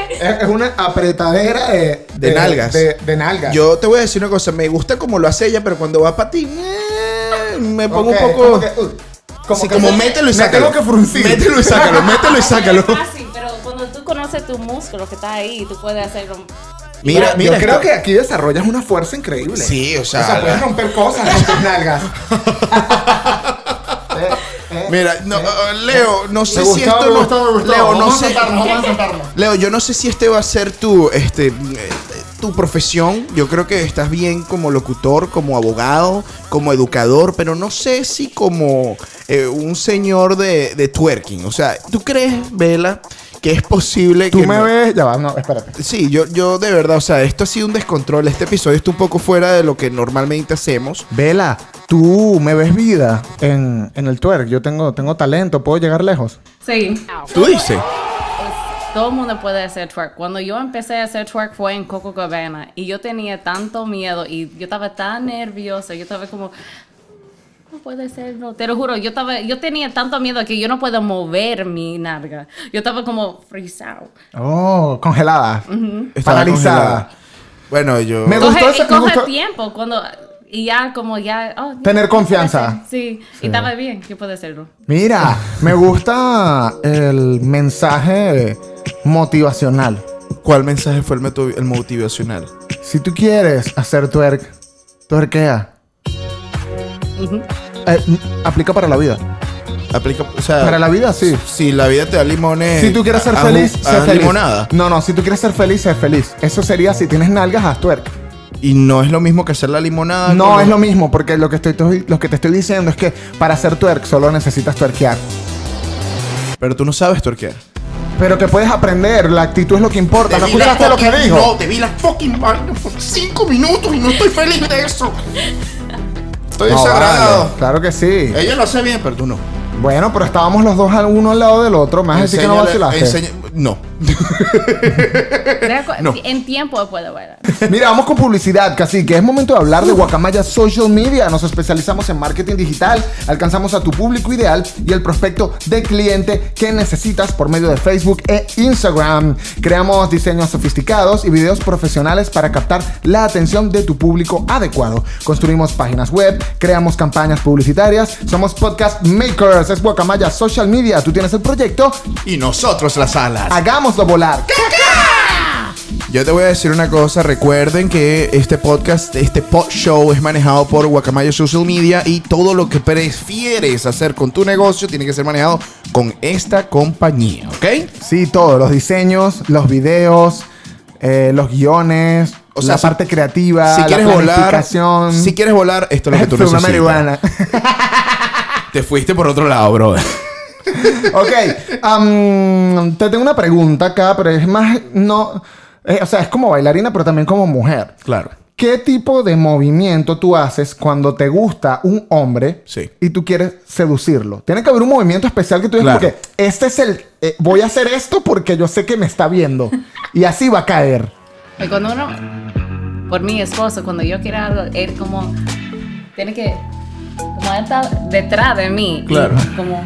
S7: es es una apretadera de,
S2: De nalgas.
S7: De, de nalgas.
S2: Yo te voy a decir una cosa, me gusta como lo hace ella, pero cuando va para ti, eh, me pongo
S7: Ok,
S2: un poco.
S7: Como que, uh,
S2: como,
S7: como
S2: sí,
S7: que-
S2: como mételo y sácalo.
S7: Mételo que fruncí.
S2: Mételo y sácalo, mételo y
S6: Es
S2: sácalo.
S6: fácil, pero cuando tú conoces tu músculo que está ahí, tú puedes hacerlo.
S2: Mira,
S7: Yo
S2: mira.
S7: creo
S2: esto-
S7: que aquí desarrollas una fuerza increíble.
S2: Sí, o
S7: O sea,
S2: sea.
S7: puedes romper cosas con tus nalgas. Eh, eh,
S2: Mira, no, uh, Leo, no sé
S3: Me
S2: si
S3: gustaba,
S2: esto
S3: me
S2: no-
S3: gustaba, me gustaba.
S2: Leo, no
S3: Vamos a
S2: sé.
S3: sentarnos, vamos a sentarnos.
S2: Leo, yo no sé si este va a ser tu, este, eh, tu profesión. Yo creo que estás bien como locutor, como abogado, como educador, pero no sé si como eh, un señor de, de twerking. O sea, ¿tú crees, Vela, que es posible
S3: Tú
S2: que
S3: me
S2: no-
S3: ves. Ya va, no, espérate.
S2: Sí, yo, yo de verdad, o sea, esto ha sido un descontrol. Este episodio está un poco fuera de lo que normalmente hacemos.
S3: Vela, tú me ves vida en, en el twerk. Yo tengo, tengo talento, puedo llegar lejos.
S6: Sí.
S2: ¿Tú dices?
S6: Es- todo el mundo puede hacer twerk. Cuando yo empecé a hacer twerk fue en Coco Cabana y yo tenía tanto miedo y yo estaba tan nerviosa, yo estaba como no puede ser, no, te lo juro, yo estaba yo tenía tanto miedo que yo no puedo mover mi narga. Yo estaba como frisado.
S3: Oh, congelada.
S2: Estaba
S3: Paralizada.
S2: congelada. Bueno, yo.
S3: Me
S6: Coge,
S3: gustó ese-
S6: y
S3: me
S6: coge
S3: gustó-
S6: tiempo cuando y ya como ya oh, ya,
S3: Tener
S6: yo puedo
S3: confianza.
S6: hacer. Sí. y estaba bien, yo puedo hacerlo.
S3: Mira, me gusta el mensaje motivacional.
S2: ¿Cuál mensaje fue el, metu- el motivacional?
S3: Si tú quieres hacer twerk, twerkea.
S6: Ujú.
S3: Eh, n- aplica para la vida.
S2: Aplica, o sea,
S3: Para la vida, sí.
S2: si la vida te da limones.
S3: Si tú quieres ser
S2: haz-
S3: feliz, sé
S2: haz
S3: feliz.
S2: limonada.
S3: No, no, si tú quieres ser feliz, sé feliz. Eso sería si tienes nalgas, haz twerk.
S2: Y no es lo mismo que hacer la limonada.
S3: No,
S2: con-
S3: es lo mismo, porque lo que, estoy, lo que te estoy diciendo es que para hacer twerk solo necesitas twerkear.
S2: Pero tú no sabes torquear.
S3: Pero que puedes aprender, la actitud es lo que importa. ¿No escuchaste lo que dijo?
S2: te vi la fucking vaina por cinco minutos y no estoy feliz de eso. Estoy
S3: No,
S2: desagradado.
S3: vale, Claro que sí.
S2: Ella lo hace bien, pero tú no.
S3: Bueno, pero estábamos los dos al uno al lado del otro. Me vas a decir que no
S2: Enséñale-
S3: vacilaste.
S2: enseña- no.
S6: Te das cu-
S2: No.
S6: En tiempo puedo bailar.
S3: Mira, vamos con publicidad, casi que es momento de hablar de Guacamaya Social Media. Nos especializamos en marketing digital, alcanzamos a tu público ideal y el prospecto de cliente que necesitas por medio de Facebook e Instagram. Creamos diseños sofisticados y videos profesionales para captar la atención de tu público adecuado. Construimos páginas web, creamos campañas publicitarias, somos podcast makers. Es Guacamaya Social Media. Tú tienes el proyecto,
S2: Y nosotros las alas.
S3: hagámoslo volar.
S2: Yo te voy a decir una cosa, recuerden que este podcast, este pod show es manejado por Guacamayo Social Media y todo lo que prefieres hacer con tu negocio tiene que ser manejado con esta compañía, ¿ok?
S3: Sí, todo, los diseños, los videos, eh, los guiones,
S2: O sea,
S3: la
S2: si-
S3: parte creativa,
S2: si
S3: Ah, la
S2: quieres volar,
S3: planificación.
S2: si quieres volar, esto es lo que tú
S3: Fuma
S2: necesitas.
S3: marihuana.
S2: Te fuiste por otro lado, bro.
S3: ok, am, te tengo una pregunta acá, pero es más, no, eh, o sea, es como bailarina, pero también como mujer.
S2: Claro.
S3: ¿Qué tipo de movimiento tú haces cuando te gusta un hombre
S2: Sí.
S3: y tú quieres seducirlo? Tiene que haber un movimiento especial que tú digas,
S2: Claro.
S3: porque este es el, eh, voy a hacer esto porque yo sé que me está viendo y así va a caer.
S6: Y cuando uno, por mi esposo, cuando yo quiero algo, él como, tiene que, como él está detrás de mí. y
S2: Claro.
S6: Como,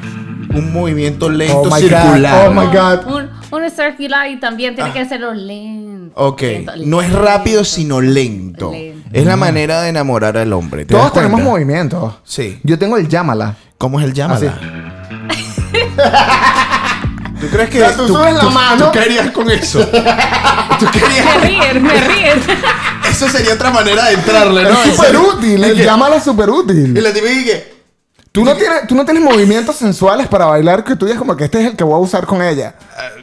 S2: Un movimiento lento
S3: Oh my
S2: circular.
S3: God. Oh my God.
S6: un, un circular y también tiene que hacerlo lento.
S2: Ah. Ok,
S6: lento,
S2: no es
S6: lento.
S2: rápido sino lento.
S6: Lento.
S2: Es la manera de enamorar al hombre. ¿Te
S3: Mm. Todos
S2: das cuenta?
S3: tenemos movimientos.
S2: Sí.
S3: Yo tengo el llámala.
S2: ¿Cómo es el llámala? ¿Tú crees que
S3: O sea, tú subes la mano.
S2: ¿Tú qué harías con eso? ¿Tú qué
S6: Me
S2: harías?
S6: ríen, me ríen.
S2: Eso sería otra manera de entrarle, ¿no?
S3: es súper útil, el
S2: que-
S3: llámala es súper
S2: Y
S3: útil.
S2: la tipa dije,
S3: Tú no, tienes, tú no tienes movimientos sensuales para bailar que tú digas como que este es el que voy a usar con ella.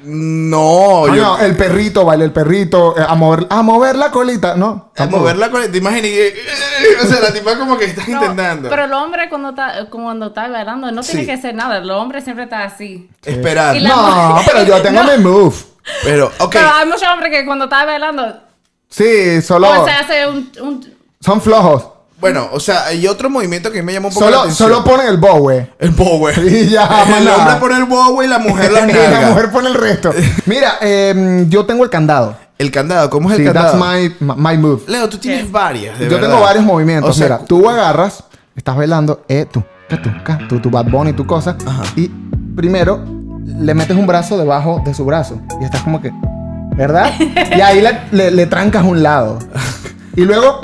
S2: no,
S3: Ah,
S2: yo
S3: no, el perrito, baile el perrito, eh, a, mover, a mover la colita, no.
S2: a
S3: tampoco.
S2: mover la coleta, imagina y eh, eh, o sea, la tipa como que está
S6: No,
S2: intentando
S6: Pero el hombre cuando está, cuando está bailando no
S2: Sí.
S6: tiene que hacer nada. El hombre siempre está así.
S2: esperar.
S6: Y la-
S3: No, pero yo tengo mi move.
S2: Pero ok,
S6: Pero hay muchos hombres que cuando está bailando,
S3: Sí, solo
S6: o se hace un, un
S3: son flojos.
S2: bueno, o sea, hay otro movimiento que me llamó un poco la
S3: Solo,
S2: atención.
S3: solo ponen el bowie.
S2: el bowie.
S3: Y ya, más
S2: el
S3: nada.
S2: hombre pone el bowie y la mujer las
S3: Y
S2: nalgas.
S3: la mujer pone el resto. Mira, eh, yo tengo el candado.
S2: El candado, ¿cómo es
S3: Sí,
S2: el
S3: that's
S2: candado?
S3: my, my move.
S2: Leo, tú tienes varias, de
S3: Yo
S2: verdad.
S3: tengo varios movimientos.
S2: O sea,
S3: Mira, tú agarras, estás bailando, eh, tú, ca, tú, ca, tú, tu Bad Bunny, tu cosa.
S2: Ajá.
S3: Y primero le metes un brazo debajo de su brazo. Y estás como que, ¿verdad? y ahí le, le- le trancas un lado. Y luego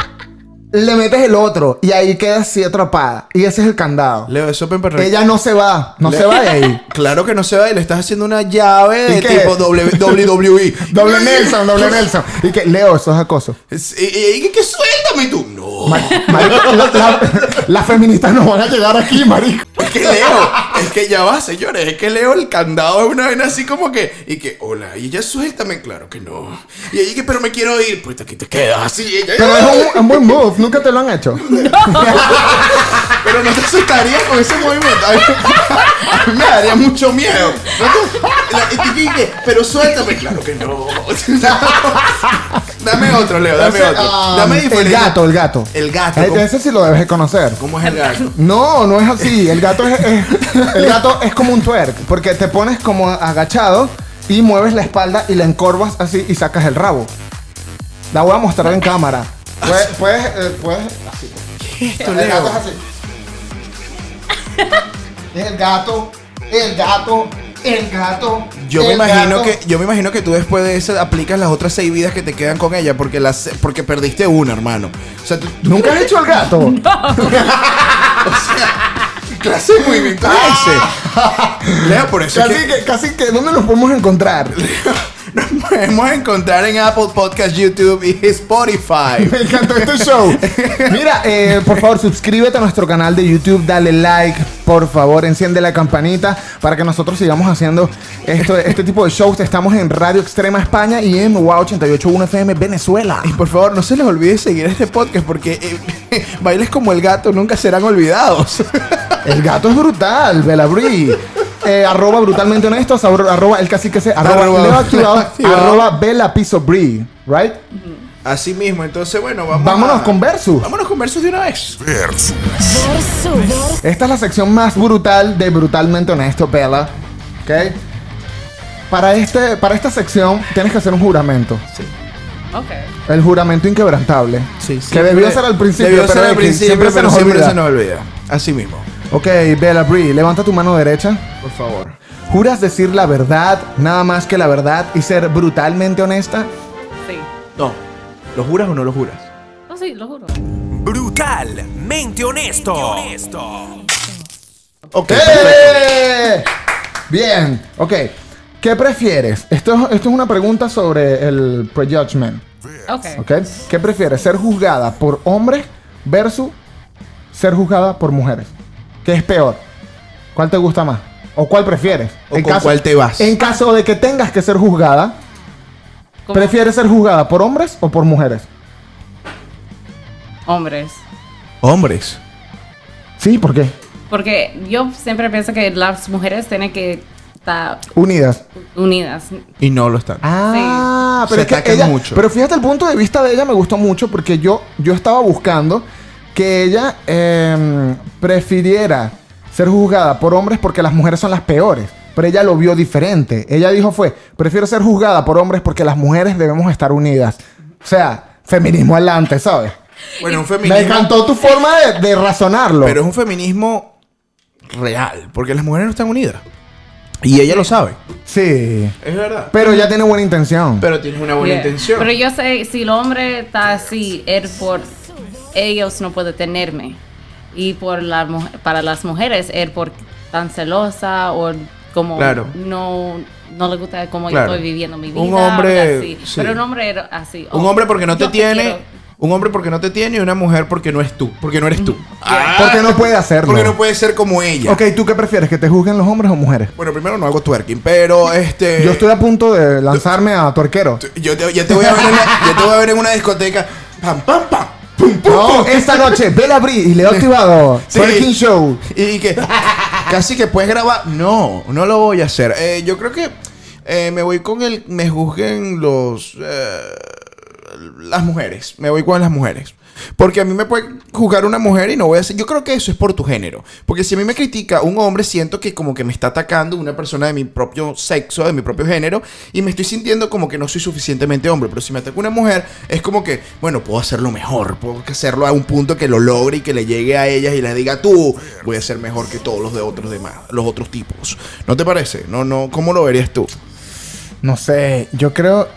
S3: le metes el otro y ahí queda así atrapada. Y ese es el candado.
S2: Leo, eso open para-
S3: Ella no se va, no
S2: Le-
S3: se va de ahí.
S2: Claro que no se va y le estás haciendo una llave de
S3: ¿Y qué?
S2: tipo W- E. WWE.
S3: Doble Nelson, doble Nelson. Y que, Leo, eso es acoso.
S2: Es- Y, y- y que- que suéltame y tú. No.
S3: Ma- marico, la- la- las feministas no van a llegar aquí, marico.
S2: Es que Leo, es que ya va, señores. Es que Leo el candado es una vaina así como que. Y que, hola, y ella suéltame, claro que no. Y ella que, pero me quiero ir. Pues aquí te quedas así. y ella-
S3: Pero es un, un buen move, nunca te lo han hecho.
S2: Pero no te asustarías con ese movimiento. A mí, a mí me daría mucho miedo. ¿No te- la- y- y- y que, pero suéltame, claro que no. dame otro, Leo, dame
S3: Ese,
S2: otro.
S3: ah,
S2: Dame
S3: el
S2: diferente.
S3: gato, el gato.
S2: El gato.
S3: Eh,
S2: ¿cómo-
S3: Ese sí lo debes de conocer.
S2: ¿Cómo es el gato?
S3: No, no es así. El gato es, es- el gato es como un twerk, porque te pones como agachado y mueves la espalda y la encorvas así y sacas el rabo. La voy a mostrar en cámara. Puedes, puedes, eh, puedes así. el gato es así. Es el gato, el gato, el gato.
S2: Yo me
S3: el
S2: imagino
S3: gato.
S2: que yo me imagino que tú después de eso aplicas las otras seis vidas que te quedan con ella porque las porque perdiste una, hermano. O sea, tú, tú-
S3: ¿Nunca has hecho el gato?
S2: ¿qué clase de movimiento es ese. Leo, por eso es
S3: Casi
S2: que
S3: que, casi que, ¿dónde nos podemos encontrar?
S2: nos podemos encontrar en Apple Podcast, YouTube y Spotify.
S3: Me encantó este show. Mira, eh, por favor, suscríbete a nuestro canal de YouTube, dale like, por favor, enciende la campanita para que nosotros sigamos haciendo esto, este tipo de shows. Estamos en Radio Extrema España y en WOW881 FM Venezuela.
S2: Y por favor, no se les olvide seguir este podcast porque eh, bailes como el gato nunca serán olvidados.
S3: El gato es brutal, Belabrí. Eh, arroba brutalmente honestos, arro- arroba el cacique se, arroba,
S2: Arroba-
S3: Leo Activado,
S2: Leo Activado.
S3: arroba Bella Piso Brie, right?
S2: Así mismo, entonces bueno, vamos
S3: Vámonos
S2: a-
S3: con Versus.
S2: Vámonos con versos de una vez.
S1: Versus, ver-
S3: Esta es la sección más brutal de Brutalmente Honesto, Bella. ¿Ok? Para, este, para esta sección tienes que hacer un juramento.
S6: Ok.
S3: El juramento inquebrantable. Que debió ser al principio.
S2: Debió ser
S3: pero
S2: al
S3: X,
S2: principio,
S3: siempre se
S2: pero
S3: nos
S2: siempre
S3: olvida.
S2: se nos olvida. Así mismo.
S3: Ok, Bella Bree, levanta tu mano derecha.
S2: Por favor.
S3: ¿Juras decir la verdad, nada más que la verdad, y ser brutalmente honesta?
S6: Sí.
S2: No. ¿Lo juras o no lo juras?
S6: No, sí, lo juro.
S4: Brutalmente honesto.
S2: Ok.
S3: ¡Eh! Bien, ok. ¿Qué prefieres? Esto, es- esto es una pregunta sobre el prejudgment.
S6: Ok.
S3: ¿Ok? ¿Qué prefieres? ¿Ser juzgada por hombres versus ser juzgada por mujeres? ¿Qué es peor? ¿Cuál te gusta más? ¿O cuál prefieres?
S2: ¿O con cuál te vas?
S3: En caso de que tengas que ser juzgada,
S6: ¿Cómo?
S3: ¿prefieres ser juzgada por hombres o por mujeres?
S6: Hombres.
S2: Hombres.
S3: Sí, ¿por qué?
S6: Porque yo siempre pienso que las mujeres tienen que estar
S3: Unidas.
S6: unidas.
S2: Y no lo están.
S3: Ah,
S2: Sí.
S3: pero
S2: Se
S3: es que
S2: atacan
S3: ella-
S2: mucho.
S3: Pero fíjate el punto de vista de ella me gustó mucho porque yo, yo estaba buscando que ella em, prefiriera ser juzgada por hombres porque las mujeres son las peores. Pero ella lo vio diferente. Ella dijo fue, prefiero ser juzgada por hombres porque las mujeres debemos estar unidas. O sea, feminismo adelante, ¿sabes?
S2: Bueno, un
S3: Me encantó tu forma de, de razonarlo.
S2: Pero es un feminismo real. Porque las mujeres no están unidas. Y ella lo sabe.
S3: sí.
S2: Es verdad.
S3: Pero ella tiene buena intención.
S2: Pero tienes una buena
S6: Yeah.
S2: intención.
S6: Pero yo sé, si el hombre está así, él por ellos no puede tenerme. Y por la, mu- para las mujeres, él por tan celosa o como
S2: Claro.
S6: no, no le gusta cómo
S2: Claro.
S6: yo estoy viviendo mi vida.
S2: Un hombre,
S6: así.
S2: sí.
S6: Pero un hombre era así.
S2: un
S6: oh,
S2: hombre porque no te
S6: yo
S2: tiene.
S6: quiero.
S2: Un hombre porque no te tiene y una mujer porque no es tú. Porque no eres tú. Ah,
S3: Mm. porque no puede hacerlo.
S2: porque no puede ser como ella.
S3: Ok, ¿tú qué prefieres? ¿Que te juzguen los hombres o mujeres?
S2: Bueno, primero no hago twerking, pero este.
S3: Yo estoy a punto de lanzarme a tu arquero.
S2: Yo te, yo te voy a ver en la- yo te voy a ver en una discoteca. Pam, pam, pam. Pum, pum,
S3: No,
S2: pum.
S3: esta noche, Bella Bri y Leo Activado.
S2: Sí.
S3: Twerking Show.
S2: Y que casi que puedes grabar. No, no lo voy a hacer. Eh, yo creo que eh, me voy con el. Me juzguen los. eh, las mujeres. Me voy con las mujeres. Porque a mí me puede juzgar una mujer y no voy a hacer. Yo creo que eso es por tu género. Porque si a mí me critica un hombre, siento que como que me está atacando una persona de mi propio sexo, de mi propio género, y me estoy sintiendo como que no soy suficientemente hombre. Pero si me ataca una mujer, es como que, bueno, puedo hacerlo mejor. Puedo hacerlo a un punto que lo logre y que le llegue a ellas y le diga, tú voy a ser mejor que todos los de otros demás, los otros tipos. ¿No te parece? No, no, ¿cómo lo verías tú?
S3: No sé, yo creo.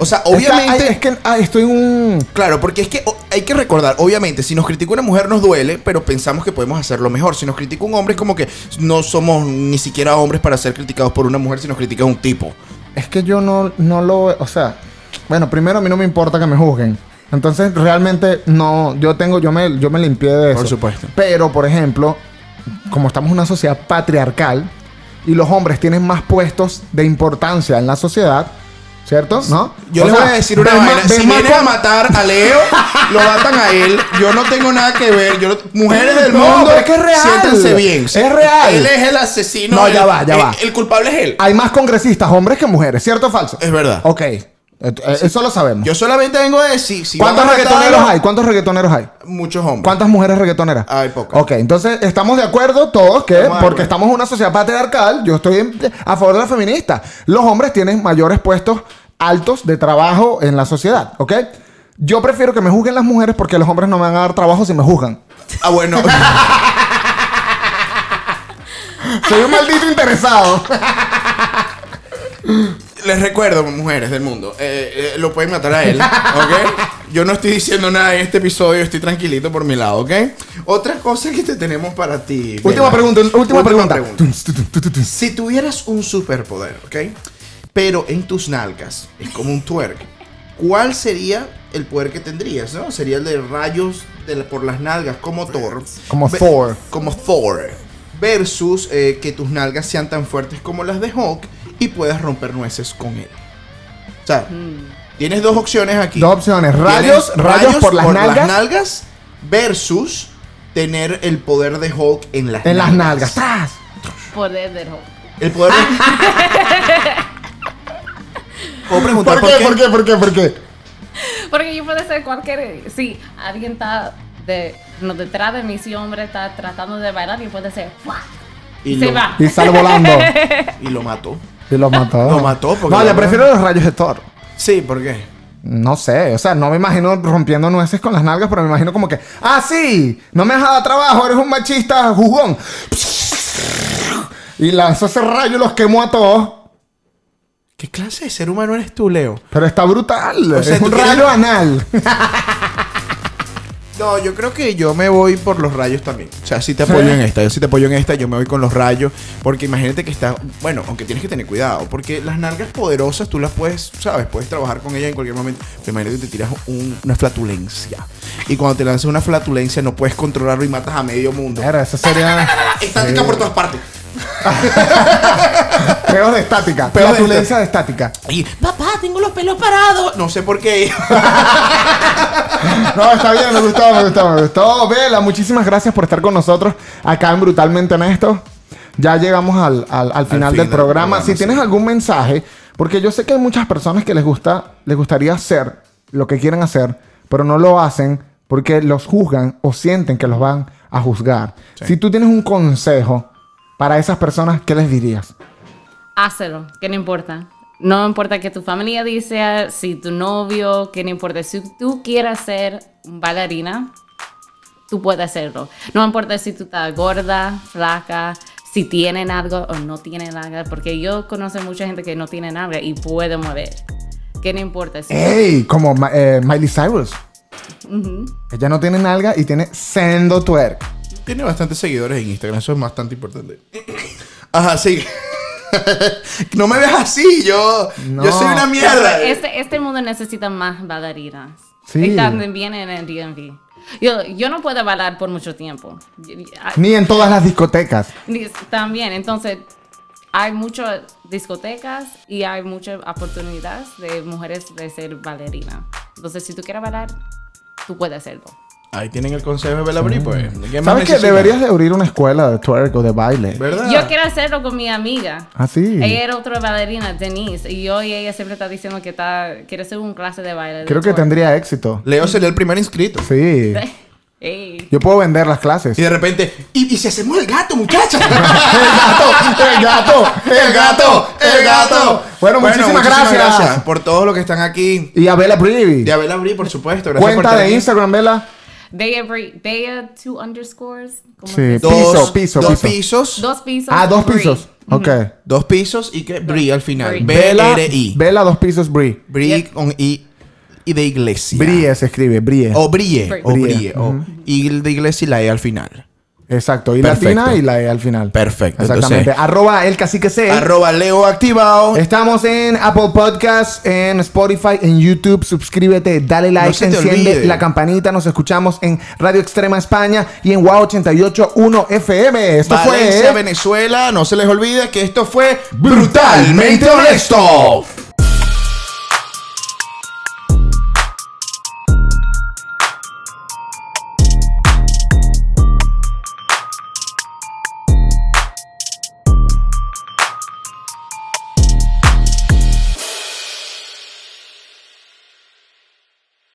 S2: O sea,
S3: Es que,
S2: obviamente.
S3: ay, es que ay, estoy en un.
S2: Claro, porque es que o- hay que recordar, obviamente, si nos critica una mujer nos duele, pero pensamos que podemos hacerlo mejor. Si nos critica un hombre es como que no somos ni siquiera hombres para ser criticados por una mujer si nos critica un tipo.
S3: Es que yo no, no lo. O sea, bueno, primero a mí no me importa que me juzguen. Entonces, realmente no. Yo tengo, yo me, yo me limpié de eso.
S2: Por supuesto.
S3: Pero, por ejemplo, como estamos en una sociedad patriarcal y los hombres tienen más puestos de importancia en la sociedad, ¿cierto? ¿No?
S2: Yo
S3: O
S2: les
S3: sea,
S2: voy a decir una
S3: ves
S2: vaina.
S3: más-
S2: Si
S3: ves más
S2: vienen a
S3: con-
S2: matar a Leo, lo matan a él. Yo no tengo nada que ver. Yo no- mujeres del
S3: No,
S2: mundo,
S3: pero es que es real.
S2: siéntanse bien.
S3: Es real.
S2: Él es el asesino.
S3: No, ya
S2: él-
S3: va, ya
S2: él-
S3: va.
S2: El culpable es él.
S3: Hay más congresistas, hombres que mujeres, ¿cierto o falso?
S2: Es verdad.
S3: Ok. Et- eh, Eso lo sabemos.
S2: Yo solamente vengo a decir si
S3: ¿Cuántos
S2: van a matar a
S3: reggaetoneros
S2: los-
S3: hay? ¿Cuántos reggaetoneros hay?
S2: Muchos hombres.
S3: ¿Cuántas mujeres reggaetoneras?
S2: Hay pocas.
S3: Ok, entonces estamos de acuerdo todos que,
S2: Estamos de acuerdo.
S3: porque estamos en una sociedad patriarcal, yo estoy en- a favor de la feminista. Los hombres tienen mayores puestos altos de trabajo en la sociedad, ¿ok? Yo prefiero que me juzguen las mujeres porque los hombres no me van a dar trabajo si me juzgan.
S2: Ah, bueno.
S3: Soy un maldito interesado.
S2: Les recuerdo, mujeres del mundo, eh, eh, lo pueden matar a él, ¿ok? Yo no estoy diciendo nada en este episodio, estoy tranquilito por mi lado, ¿ok? Otra cosa que te tenemos para ti. Vela.
S3: última pregunta, última, pregunta.
S2: Si tuvieras un superpoder, ¿ok? Pero en tus nalgas, es como un twerk, ¿cuál sería el poder que tendrías, no? Sería el de rayos de la- por las nalgas, como Thor.
S3: Como
S2: Ve-
S3: Thor.
S2: Como Thor. Versus eh, que tus nalgas sean tan fuertes como las de Hulk y puedas romper nueces con él. O sea,
S6: Hmm.
S2: tienes dos opciones aquí.
S3: Dos opciones, rayos,
S2: Tienes
S3: rayos, por las nalgas.
S2: nalgas versus tener el poder de Hulk en las
S3: en las nalgas. ¡Tras!
S6: Poder del Hulk.
S2: el poder de... Puedo preguntar
S3: ¿Por
S2: por,
S3: qué? ¿Por qué? ¿Por qué? ¿Por qué?
S6: Porque yo puedo ser cualquier. Si alguien está de, no, detrás de mí, si un hombre está tratando de bailar, yo puedo ser. ¡fua!
S2: Y
S6: Se
S2: lo,
S6: va.
S3: Y sale volando.
S2: y lo mató.
S3: Y lo mató.
S2: Lo mató porque-
S3: No, yo prefiero los rayos de Thor.
S2: Sí, ¿por qué?
S3: No sé, o sea, no me imagino rompiendo nueces con las nalgas, pero me imagino como que, ah, sí, no me has dado trabajo, eres un machista jugón. Y lanzó ese rayo y los quemó a todos.
S2: ¿Qué clase de ser humano eres tú, Leo?
S3: Pero está brutal.
S2: O sea,
S3: es
S2: tú
S3: un
S2: quieres-
S3: rayo anal.
S2: No, yo creo que yo me voy por los rayos también. O sea, sí te apoyo en esta. Yo sí te apoyo en esta, yo me voy con los rayos. Porque imagínate que está. Bueno, aunque tienes que tener cuidado. Porque las nalgas poderosas tú las puedes, ¿sabes? Puedes trabajar con ellas en cualquier momento. Pero imagínate que te tiras un- una flatulencia. Y cuando te lanzas una flatulencia no puedes controlarlo y matas a medio mundo.
S3: Mira, eso sería.
S2: Estática por todas partes.
S3: Peor de estática.
S2: Peor de
S3: Flatulencia de estática.
S2: Y, papá, tengo los pelos parados. No sé por qué.
S3: No, está bien, me gustó, me gustó, me gustó. Vela, muchísimas gracias por estar con nosotros acá en Brutalmente Honesto. Ya llegamos al, al- al final
S2: fin
S3: del
S2: del
S3: programa.
S2: programa,
S3: Si
S2: sí.
S3: tienes algún mensaje, porque yo sé que hay muchas personas que les gusta, les gustaría hacer lo que quieren hacer, pero no lo hacen porque los juzgan o sienten que los van a juzgar. Si tú tienes un consejo para esas personas, ¿qué les dirías?
S6: Hácelo, que no importa. No importa que tu familia dice, si tu novio, que no importa. Si tú quieres ser bailarina, tú puedes hacerlo. No importa si tú estás gorda, flaca, si tienen algo o no tienen algo, porque yo conozco mucha gente que no tiene nada y puede mover. Que no importa si...
S3: ¡Ey! Como Ma- eh, Miley Cyrus. Ella no tiene nalga y tiene sendo twerk.
S2: Tiene bastantes seguidores en Instagram, eso es bastante importante. Ajá, sí. no me veas así, yo.
S3: No.
S2: Yo soy una mierda.
S6: Este, este mundo necesita más bailarinas.
S3: Sí.
S6: Y también en el DMV. Yo, yo no puedo bailar por mucho tiempo.
S3: Ni en todas las discotecas.
S6: Ni- También, entonces hay muchas discotecas y hay muchas oportunidades de mujeres de ser bailarina. Entonces, si tú quieres bailar, tú puedes hacerlo.
S2: Ahí tienen el consejo de Belabri, pues. ¿Qué más
S3: Mm. ¿Sabes que
S2: necesitan?
S3: deberías de abrir una escuela de twerk o de baile?
S2: ¿Verdad?
S6: Yo quiero hacerlo con mi amiga.
S3: Ah, sí.
S6: Ella era otra bailarina, Denise, y yo y ella siempre está diciendo que está, quiere hacer un clase de baile. de
S3: Creo que
S6: twerk.
S3: tendría éxito.
S2: Leo sería el primer inscrito.
S3: Sí.
S6: Ey.
S3: Yo puedo vender las clases.
S2: Y de repente, ¿y, y si hacemos el gato, muchachas?
S3: ¡El gato! ¡El gato!
S2: ¡El gato! ¡El gato!
S3: Bueno, muchísimas, gracias.
S2: por todos los que están aquí.
S3: Y a Bella Brivi.
S2: De Belabri, por supuesto. Gracias por
S3: Cuenta
S2: estar
S3: de
S2: aquí.
S3: Instagram, Bella.
S6: Bella, Bri- Bella, two underscores. ¿cómo
S3: Sí.
S6: se dice?
S2: Dos,
S3: Piso, piso,
S2: dos
S3: piso.
S2: pisos.
S6: Dos pisos.
S3: Ah, dos
S6: Bri.
S3: pisos. Ok.
S2: Dos pisos y que Brie al final.
S6: Brie.
S3: Vela,
S2: B-R-I.
S3: vela dos pisos Brie.
S2: Brie con I, y de iglesia.
S3: Brie se escribe, Brie.
S2: O Brie.
S6: Brie.
S2: O Brie.
S3: Brie,
S2: o- Y de iglesia y la E al final.
S3: Exacto. Y
S2: Perfecto.
S3: latina y la E al final.
S2: Perfecto,
S3: Exactamente.
S2: entonces-
S3: Arroba el cacique C.
S2: Arroba Leo activado.
S3: Estamos en Apple Podcasts, en Spotify, en YouTube. Suscríbete, dale like,
S2: se te
S3: enciende
S2: olvide.
S3: la campanita. Nos escuchamos en Radio Extrema España y en Wow 881 FM. Esto
S2: Valencia,
S3: fue.
S2: Venezuela. No se les olvide que esto fue brutalmente honesto.